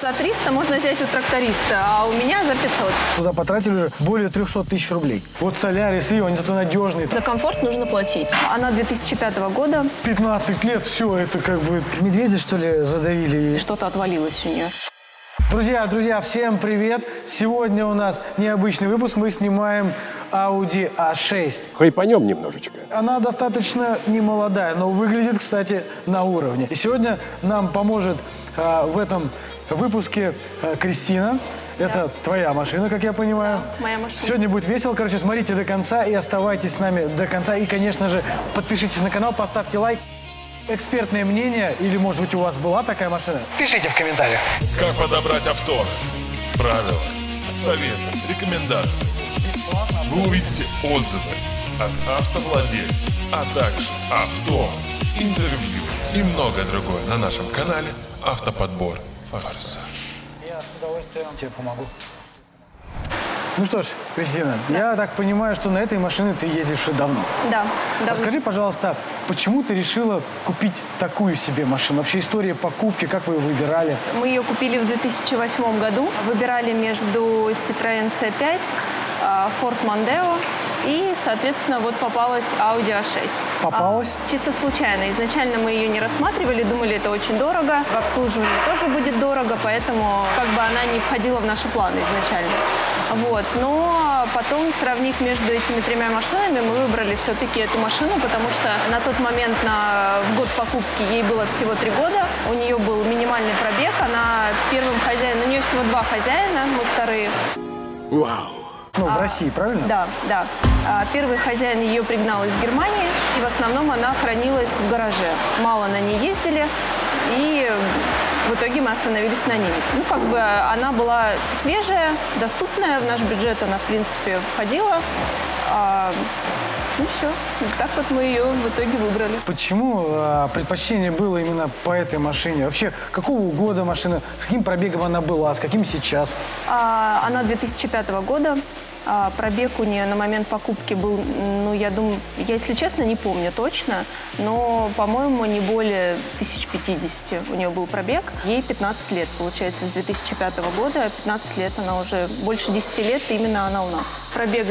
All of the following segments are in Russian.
За 300 можно взять у тракториста, а у меня за 500. Туда потратили уже более 300 тысяч рублей. Вот Солярис, Рио, они зато надежные. За комфорт нужно платить. Она 2005 года, 15 лет, все, это как бы медведи, что ли, задавили. что-то отвалилось у нее. Друзья, друзья, всем привет! Сегодня у нас необычный выпуск, мы снимаем Audi A6. Хайпанем немножечко. Она достаточно немолодая, но выглядит, кстати, на уровне. И сегодня нам поможет а, в этом выпуске а, Кристина. Это твоя машина, как я понимаю. Да, моя машина. Сегодня будет весело. Короче, смотрите до конца и оставайтесь с нами до конца. И, конечно же, подпишитесь на канал, поставьте лайк. Экспертное мнение, или, может быть, у вас была такая машина? Пишите в комментариях. Как подобрать авто? Правила, советы, рекомендации. Вы увидите отзывы от автовладельцев, а также авто, интервью и многое другое на нашем канале Автоподбор Форсаж. Я с удовольствием тебе помогу. Ну что ж, Кристина, я так понимаю, что на этой машине ты ездишь уже давно. Да, да. Расскажи, пожалуйста, почему ты решила купить такую себе машину? Вообще история покупки, как вы ее выбирали? Мы ее купили в 2008 году. Выбирали между Citroёn C5, э, Ford Mondeo и, соответственно, вот попалась Audi A6. Попалась? А, чисто случайно. Изначально мы ее не рассматривали, думали, это очень дорого, в обслуживании тоже будет дорого, поэтому как бы она не входила в наши планы изначально. Вот. Но потом, сравнив между этими тремя машинами, мы выбрали все-таки эту машину, потому что на тот момент, на, в год покупки, ей было всего три года, у нее был минимальный пробег, она первым хозяином, у нее всего два хозяина, мы вторые. Ну, в России, правильно? Да, да. А, Первый хозяин ее пригнал из Германии, и в основном она хранилась в гараже. Мало на ней ездили, и в итоге мы остановились на ней. Ну, как бы она была свежая, доступная, в наш бюджет она, в принципе, входила. А, ну, все. Так вот мы ее в итоге выбрали. Почему а, предпочтение было именно по этой машине? Вообще, какого года машина, с каким пробегом она была, с каким сейчас? А, Она 2005 года. А, Пробег у нее на момент покупки был, ну, я думаю, я, если честно, не помню точно, но, по-моему, не более 1050 у нее был пробег. Ей 15 лет, получается, с 2005 года. 15 лет она уже, больше 10 лет именно она у нас. Пробег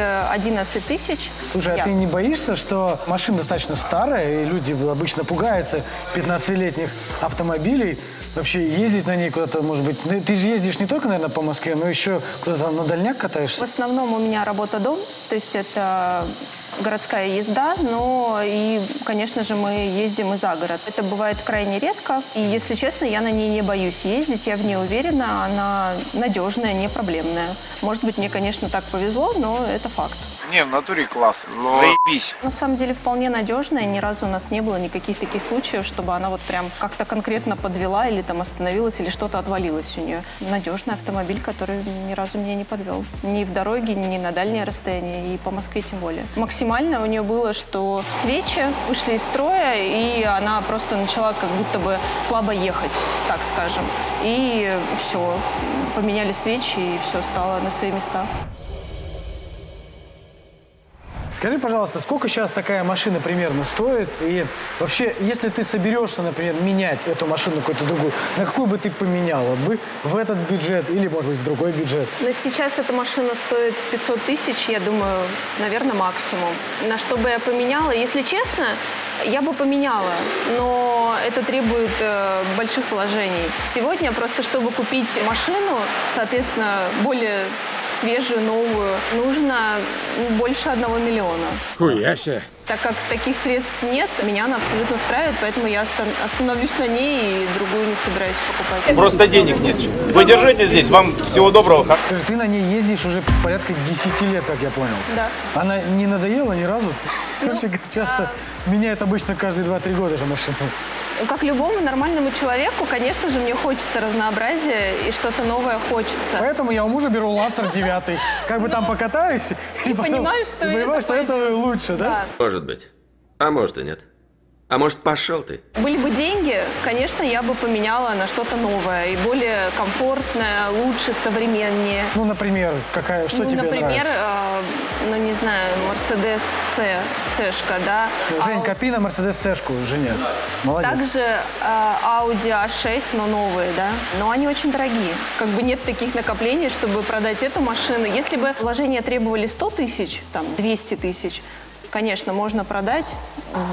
211 тысяч. Слушай, Я. а ты не боишься, что машина достаточно старая, и люди обычно пугаются 15-летних автомобилей? Вообще ездить на ней куда-то, может быть... ну, Ты же ездишь не только, наверное, по Москве, но еще куда-то на дальняк В катаешься? основном у меня работа-дом, то есть это городская езда, но и, конечно же, мы ездим и за город. Это бывает крайне редко, и, если честно, я на ней не боюсь ездить, я в ней уверена, она надежная, не проблемная. Может быть, мне, конечно, так повезло, но это факт. Не, в натуре класс. Заебись. На самом деле, вполне надежная, ни разу у нас не было никаких таких случаев, чтобы она вот прям как-то конкретно подвела или там остановилась, или что-то отвалилось у нее. Надежный автомобиль, который ни разу меня не подвел. Ни в дороге, ни на дальнее расстояние, и по Москве тем более. Максимально у нее было, что свечи вышли из строя, и она просто начала как будто бы слабо ехать, так скажем. И все, поменяли свечи, и все стало на свои места. Скажи, пожалуйста, сколько сейчас такая машина примерно стоит? И вообще, если ты соберешься, например, менять эту машину на какую-то другую, на какую бы ты поменяла бы? В этот бюджет или, может быть, в другой бюджет? Но сейчас эта машина стоит 500 тысяч, я думаю, наверное, максимум. На что бы я поменяла? Если честно, я бы поменяла, но это требует э, больших вложений. Сегодня просто, чтобы купить машину, соответственно, более свежую, новую, нужно ну, больше одного миллиона. Хуяся. Так как таких средств нет, меня она абсолютно устраивает, поэтому я остан- остановлюсь на ней и другую не собираюсь покупать. Просто денег нет. Вы держите здесь, вам всего доброго. Скажи, ты на ней ездишь уже порядка 10 лет, как я понял. Да. Ну, Она не надоела ни разу? Короче, как часто меняют обычно каждые 2-3 года же машину. Как любому нормальному человеку, конечно же, мне хочется разнообразия и что-то новое хочется. Поэтому я у мужа беру лацер 9. Как бы там покатаюсь. Ну, И потом- понимаешь, что и понимаешь, это что это лучше, да? Может быть. А может и нет. А может, пошел ты? Были бы деньги, конечно, я бы поменяла на что-то новое и более комфортное, лучше, современнее. Ну, например, какая, что ну, тебе например, нравится? э, ну не знаю, Мерседес С, Цшка, да. Жень, Ау- копи на Мерседес Сэшку жене. Молодец. Также э, Audi A6, но новые, да. Но они очень дорогие. Как бы нет таких накоплений, чтобы продать эту машину. Если бы вложения требовали 100 тысяч, там, 200 тысяч, конечно, можно продать,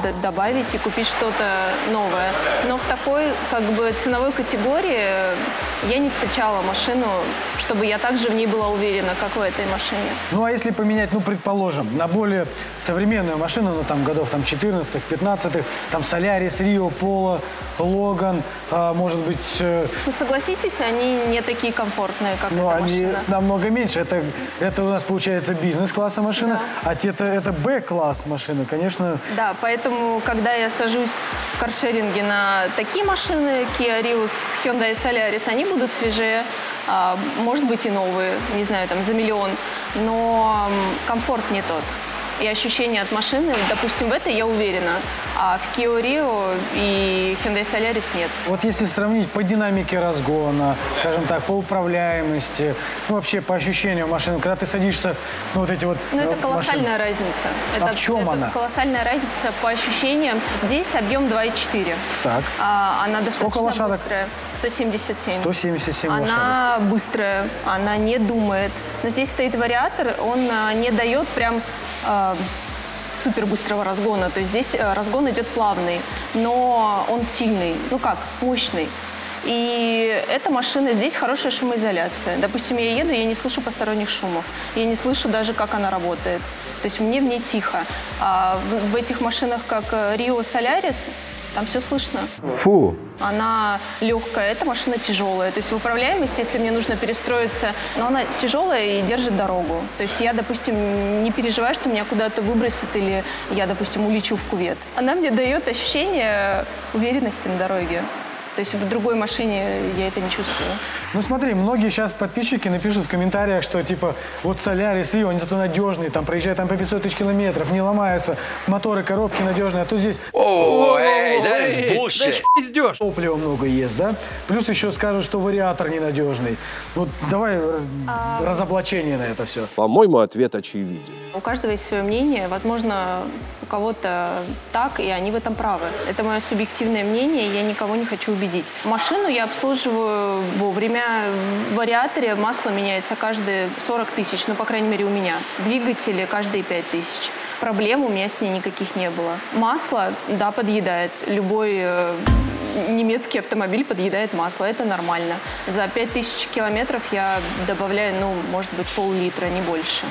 д- добавить и купить что-то новое. Но в такой, как бы, ценовой категории э, я не встречала машину, чтобы я также в ней была уверена, как в этой машине. Ну а если поменять, ну предположим, на более современную машину, ну там годов там 14-х, 15-х, там Солярис, Рио, Поло, Логан, а, может быть, э, Ну, согласитесь, они не такие комфортные, как ну эта они машина. намного меньше. Это, это у нас получается бизнес-класса машина, а те- это, это Б-класс машина, конечно. Да, поэтому, когда я сажусь в каршеринге на такие машины, Kia Rius, Hyundai Solaris, они будут свежее, а, может быть и новые, не знаю, там за миллион, но м, комфорт не тот. И ощущение от машины, допустим, в этой я уверена, а в Kia Rio и Hyundai Solaris нет. Вот если сравнить по динамике разгона, скажем так, по управляемости, ну вообще по ощущениям машины, когда ты садишься, ну вот эти вот Ну, это э, машины. колоссальная разница. А в чем это она? колоссальная разница по ощущениям. Здесь объем 2,4. Так. А, она достаточно лошадок? быстрая. 177. 177 лошадок. Она быстрая, она не думает. Но здесь стоит вариатор, он а, не дает прям супер быстрого разгона. То есть здесь э, разгон идет плавный, но он сильный. Ну как, мощный. И эта машина, здесь хорошая шумоизоляция. Допустим, я еду, я не слышу посторонних шумов. Я не слышу даже, как она работает. То есть мне в ней тихо. А в, в этих машинах, как э, Рио Солярис, там все слышно. Она легкая, эта машина тяжелая. То есть в управляемости, если мне нужно перестроиться, но она тяжелая и держит дорогу. То есть я, допустим, не переживаю, что меня куда-то выбросит или я, допустим, улечу в кувет. Она мне дает ощущение уверенности на дороге. То есть в другой машине я это не чувствую. Ну смотри, многие сейчас подписчики напишут в комментариях, что типа вот Солярис, Рио, они зато надежные, там проезжают там по 500 тысяч километров, не ломаются, моторы, коробки надежные, а то здесь Oh, hey, that is bullshit. пиздешь. Топлива много ест, да? Плюс еще скажут, что вариатор ненадежный. Вот давай э, разоблачение на это все. По-моему, ответ очевиден. У каждого есть свое мнение. Возможно, у кого-то так, и они в этом правы. Это мое субъективное мнение, и я никого не хочу убедить. Машину я обслуживаю вовремя. В вариаторе масло меняется каждые 40 тысяч, ну, по крайней мере, у меня. Двигатели каждые 5 тысяч. Проблем у меня с ней никаких не было. Масло, да, подъедает. Любой э, немецкий автомобиль подъедает масло, это нормально. За 5000 километров я добавляю, ну, может быть, пол-литра, не больше.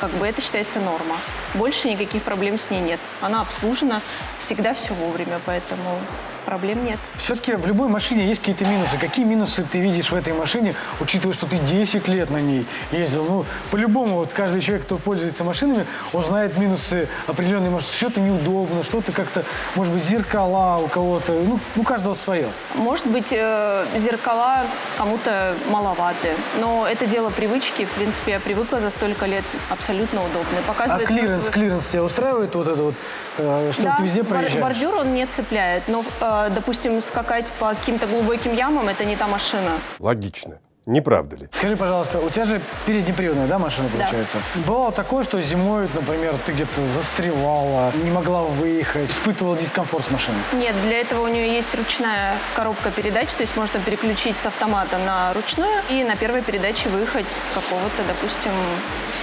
Как бы это считается норма. Больше никаких проблем с ней нет. Она обслужена, всегда все вовремя, поэтому проблем нет. Все-таки в любой машине есть какие-то минусы. Какие минусы ты видишь в этой машине, учитывая, что ты 10 лет на ней ездил? Ну, по-любому, вот каждый человек, кто пользуется машинами, он знает минусы определенной машины. Что-то неудобно, что-то как-то, может быть, зеркала у кого-то. Ну, у каждого свое. Может быть, э, зеркала кому-то маловаты, но это дело привычки. В принципе, я привыкла за столько лет абсолютно удобно. А Показывает клиренс, мертвый- клиренс тебя устраивает вот это вот, э, чтобы Да, ты везде бор- проезжаешь? бордюр он не цепляет, но, э, допустим, скакать по каким-то глубоким ямам – это не та машина. Логично. Не правда ли? Скажи, пожалуйста, у тебя же переднеприводная, да, машина Да. получается? Бывало такое, что зимой, например, ты где-то застревала, не могла выехать, испытывала дискомфорт с машиной? Нет, для этого у нее есть ручная коробка передач, то есть можно переключить с автомата на ручную и на первой передаче выехать с какого-то, допустим,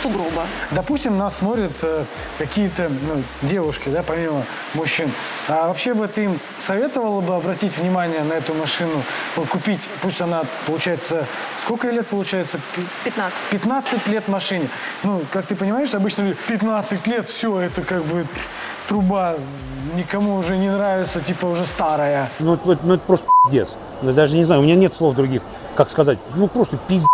сугроба. Допустим, нас смотрят э, какие-то ну, девушки, да, помимо мужчин. А вообще бы ты им советовала бы обратить внимание на эту машину, ну, купить, пусть она, получается, сколько ей лет получается? Пи- 15. 15 лет машине. Ну, как ты понимаешь, обычно люди 15 лет, все, это как бы труба никому уже не нравится, типа уже старая. Ну, это- ну, это- ну, это просто пиздец. Ну, Я даже не знаю, у меня нет слов других, как сказать. Ну, просто пиздец.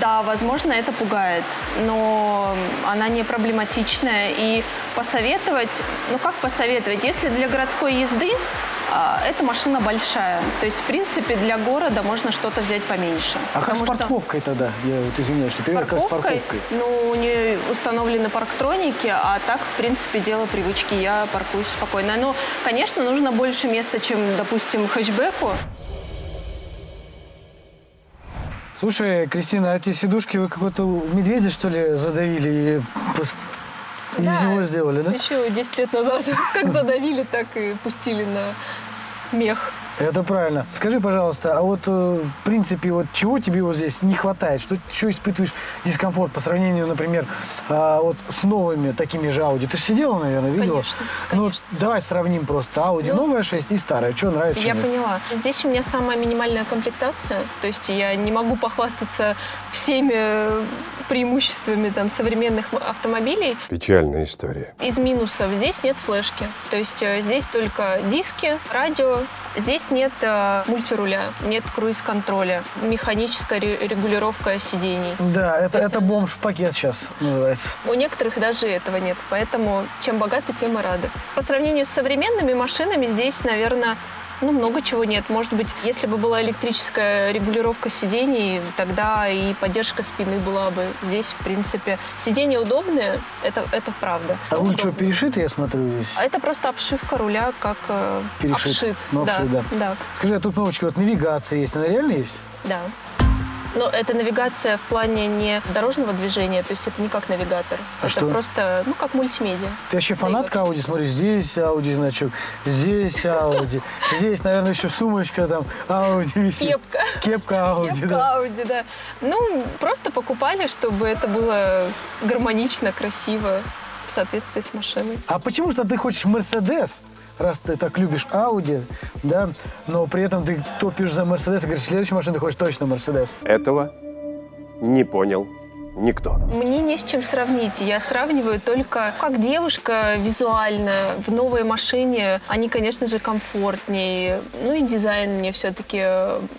Да, возможно, это пугает, но она не проблематичная. И посоветовать, ну как посоветовать, если для городской езды а, эта машина большая. То есть, в принципе, для города можно что-то взять поменьше. А как Потому с что- парковкой тогда? Я вот извиняюсь, что с перебиваю, как с парковкой, парковкой. ну, у нее установлены парктроники, а так, в принципе, дело привычки, я паркуюсь спокойно. Но, конечно, нужно больше места, чем, допустим, хэтчбеку. Слушай, Кристина, а эти сидушки вы какого-то медведя, что ли, задавили и пос- из Да. него сделали, да? Еще 10 лет назад как задавили, так и пустили на мех. Это правильно. Скажи, пожалуйста, а вот э, в принципе, вот чего тебе вот здесь не хватает? Что, что испытываешь дискомфорт по сравнению, например, а, вот с новыми такими же Audi? Ты же сидела, наверное, видела? Конечно, Ну, давай сравним просто Audi Ну. новая 6 и старая. Что нравится? Я чё ну. нет? поняла. Здесь у меня самая минимальная комплектация, то есть я не могу похвастаться всеми э, преимуществами там, современных м- автомобилей. Печальная история. Из минусов здесь нет флешки, то есть э, здесь только диски, радио. Здесь нет э, мультируля, нет круиз-контроля, механическая ре- регулировка сидений. Да, это, есть это она- бомж-пакет сейчас называется. У некоторых даже этого нет, поэтому чем богаты, тем и рады. По сравнению с современными машинами здесь, наверное, ну, много чего нет. Может быть, если бы была электрическая регулировка сидений, тогда и поддержка спины была бы. Здесь, в принципе, сиденья удобные, это, это правда. А руль что, Удобно. перешитый, я смотрю здесь? Ну, А Это просто обшивка руля, как э, Перешит. обшит. Ну, да, обшит, да. да, Скажи, а тут кнопочки, вот навигация есть, она реально есть? да. Но это навигация в плане не дорожного движения, то есть это не как навигатор. А это что? просто, ну, как мультимедиа. Ты вообще фанатка Ауди? Смотри, здесь Ауди значок, здесь Ауди, здесь, наверное, еще сумочка там Ауди висит. Кепка. Кепка Ауди, Кепка да. Audi, да. Ну, просто покупали, чтобы это было гармонично, красиво, в соответствии с машиной. А почему что ты хочешь Мерседес, раз ты так любишь Ауди, да, но при этом ты топишь за Мерседес и говоришь, следующую машину ты хочешь точно Мерседес. Этого не понял никто. Мне не с чем сравнить. Я сравниваю только как девушка визуально в новой машине. Они, конечно же, комфортнее. Ну и дизайн мне все-таки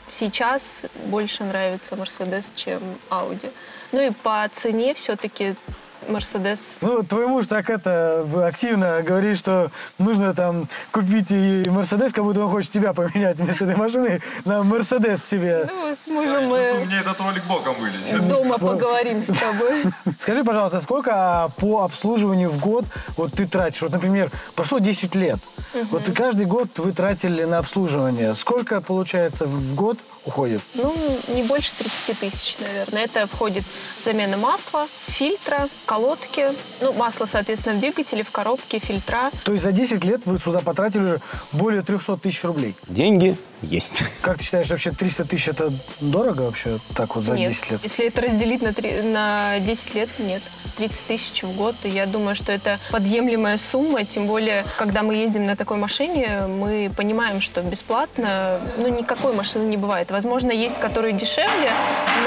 сейчас больше нравится Mercedes, чем Audi. Ну и по цене все-таки Mercedes Ну, твой муж так это э, активно говорит, что нужно там купить и Мерседес, как будто он хочет тебя поменять вместо этой машины на Мерседес себе. Ну, с мужем мы меня этот ролик боком вылетел. дома ну, поговорим с тобой. Скажи, пожалуйста, сколько а, по обслуживанию в год вот ты тратишь? Вот, например, прошло 10 лет. Вот и каждый год вы тратили на обслуживание. Сколько, получается, в год уходит? Ну, не больше 30 тысяч, наверное. Это входит замена масла, фильтра, колодки. Ну, масло, соответственно, в двигателе, в коробке, фильтра. То есть за 10 лет вы сюда потратили уже более 300 тысяч рублей. Деньги есть. Как ты считаешь, вообще 300 тысяч это дорого вообще так вот за Нет. 10 лет? Если это разделить на, три- на 10 лет, нет. 30 тысяч в год, и я думаю, что это подъемлемая сумма, тем более, когда мы ездим на такой машине, мы понимаем, что бесплатно, ну, никакой машины не бывает. Возможно, есть, которые дешевле,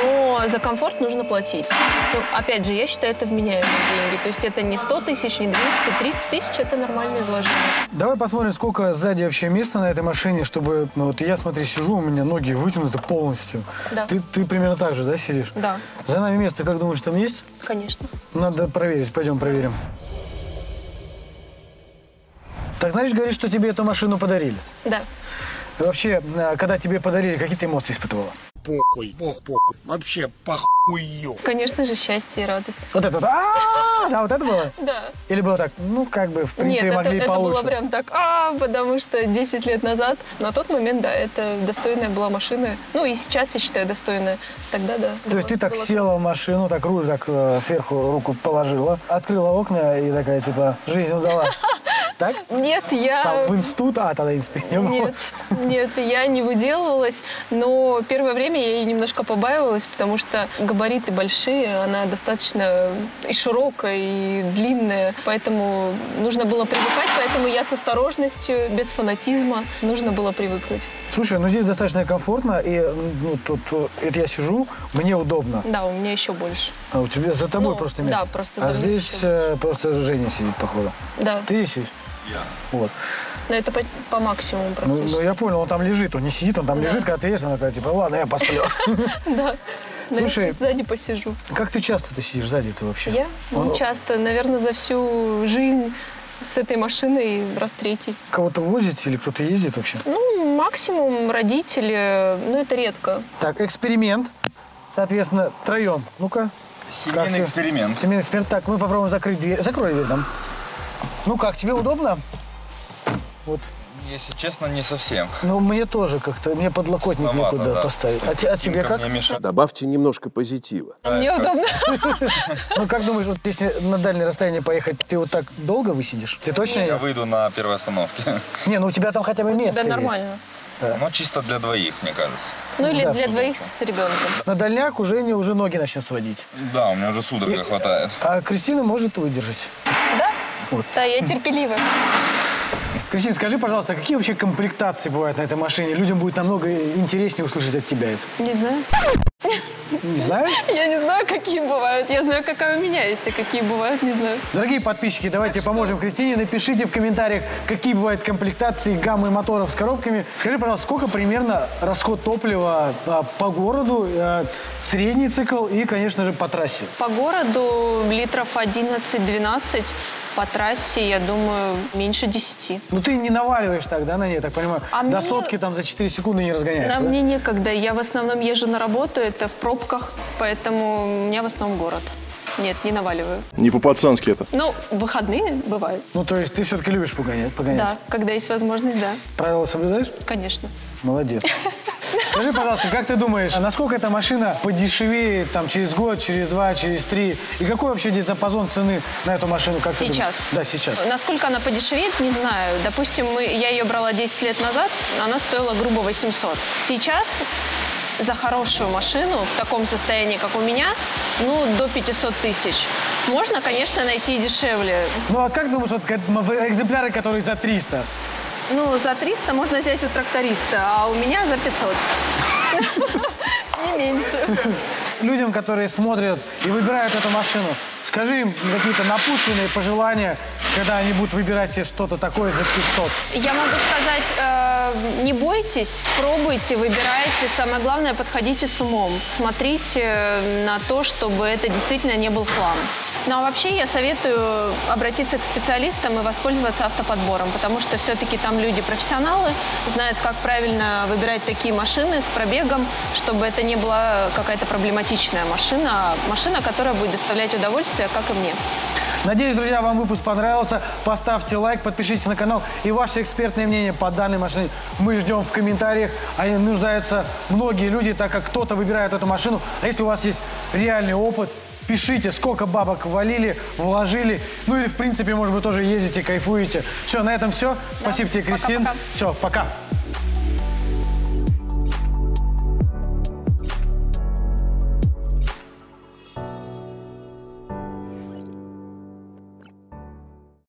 но за комфорт нужно платить. Ну, опять же, я считаю, это вменяемые деньги. То есть это не 100 тысяч, не 200, 30 тысяч – это нормальное вложение. Давай посмотрим, сколько сзади вообще места на этой машине, чтобы... ну, вот я, смотри, сижу, у меня ноги вытянуты полностью. Да. Ты, ты примерно так же, да, сидишь? Да. За нами место, как думаешь, там есть? Конечно. Надо проверить, пойдем проверим. Так значит, говоришь, что тебе эту машину подарили. Да. Вообще, э, когда тебе подарили, какие ты эмоции испытывала? Конечно же, счастье и радость. Вот это вот, «А-а-а», да, вот это было? Да. Или было так, ну, как бы, в принципе, Нет, это, могли и это было получше. прям так, а, потому что 10 лет назад, на тот момент, да, это достойная была машина. Ну и сейчас, я считаю, достойная. Тогда, да. То есть ты так села в машину, так руль так э, сверху руку положила, открыла окна и такая, типа, жизнь удалась. Так? Нет, я... Там в институт, а тогда институт не было. Э, Нет, нет, я не выделывалась, но первое время я ее немножко побаивалась, потому что габариты большие, она достаточно и широкая, и длинная, поэтому нужно было привыкать, поэтому я с осторожностью, без фанатизма, нужно было привыкнуть. Слушай, ну здесь достаточно комфортно, и ну, тут э, это я сижу, мне удобно. Да, у меня еще больше. А у тебя за тобой Ну, просто да, место. просто а за мной здесь э, просто Женя сидит, походу. Да, Ты здесь сидишь? Я. Вот. но это по, по максимуму Ну, практически. ну, я понял, он там лежит, он не сидит, он там лежит, когда ты едешь, он такая, типа, ладно, я посплю. Да, слушай. Сзади посижу. Как ты часто ты сидишь сзади ты вообще? Я Ну, не часто, наверное, за всю жизнь с этой машиной раз третий. Кого-то возите или кто-то ездит вообще? Ну, максимум родители, ну, это редко. Так, эксперимент. Соответственно, троем. Ну-ка. Как тебе? Семейный эксперимент. Так, мы попробуем закрыть дверь. Закрой дверь там. Ну как, тебе удобно? Вот. Если честно, не совсем. Ну, мне тоже как-то, мне подлокотник Сложновато, некуда да. поставить. А, те- а тебе Картинка как? мне мешает. Добавьте немножко позитива. А, Мне удобно. Ну, как думаешь, вот если на дальнее расстояние поехать, ты вот так долго высидишь? Ты Я точно? выйду на первой остановке. Не, ну у тебя там хотя бы место Да, есть. нормально. Но чисто для двоих, мне кажется. Ну или Да, для двоих с ребенком. На дальняк уже не уже ноги начнет сводить. Да, у меня уже судорога хватает. А Кристина может выдержать. Да? Вот. Да, я терпелива. Кристина, скажи, пожалуйста, а какие вообще комплектации бывают на этой машине? Людям будет намного интереснее услышать от тебя это. Не знаю. Не знаю. Я не знаю, какие бывают. Я знаю, какая у меня есть, а какие бывают, не знаю. Дорогие подписчики, давайте поможем Кристине. Напишите в комментариях, какие бывают комплектации гаммы моторов с коробками. Скажи, пожалуйста, сколько примерно расход топлива а, по городу, а, средний цикл и, конечно же, по трассе? По городу литров 11-12, по трассе, я думаю, меньше 10. Ну, ты не наваливаешь так, да, на ней, я так понимаю? А До мне- сотки там за 4 секунды не разгоняешься, На да? мне некогда. Я в основном езжу на работу, это в пробках, поэтому у меня в основном город. Нет, не наваливаю. Не по-пацански это. Ну, выходные бывают. Ну, то есть ты все-таки любишь погонять? погонять? Да, когда есть возможность, да, Правила соблюдаешь? конечно. Молодец. Скажи, пожалуйста, как ты думаешь, а насколько эта машина подешевеет там, через год, через два, через три? И какой вообще здесь диапазон цены на эту машину? Как ты Сейчас. думаешь? Да, сейчас. Насколько она подешевеет, не знаю. Допустим, мы, я ее брала 10 лет назад, она стоила грубо 800. Сейчас за хорошую машину в таком состоянии, как у меня, ну, до 500 тысяч. Можно, конечно, найти и дешевле. Ну, а как думаешь, вот к- м- экземпляры, которые за 300? Ну, за 300 можно взять у тракториста, а у меня за 500. Не меньше. Людям, которые смотрят и выбирают эту машину, скажи им какие-то напутственные пожелания, когда они будут выбирать себе что-то такое за 500. Я могу сказать, э, не бойтесь, пробуйте, выбирайте. Самое главное, подходите с умом. Смотрите э, на то, чтобы это действительно не был хлам. Ну а вообще я советую обратиться к специалистам и воспользоваться автоподбором, потому что все-таки там люди профессионалы, знают, как правильно выбирать такие машины с пробегом, чтобы это не была какая-то проблематичная машина, а машина, которая будет доставлять удовольствие, как и мне. Надеюсь, друзья, вам выпуск понравился. Поставьте лайк, подпишитесь на канал. И ваше экспертное мнение по данной машине мы ждем в комментариях. Они нуждаются многие люди, так как кто-то выбирает эту машину. А если у вас есть реальный опыт, пишите, сколько бабок валили, вложили. Ну или, в принципе, может быть, тоже ездите, кайфуете. Все, на этом все. Спасибо тебе, Кристин. пока-пока. Все, пока.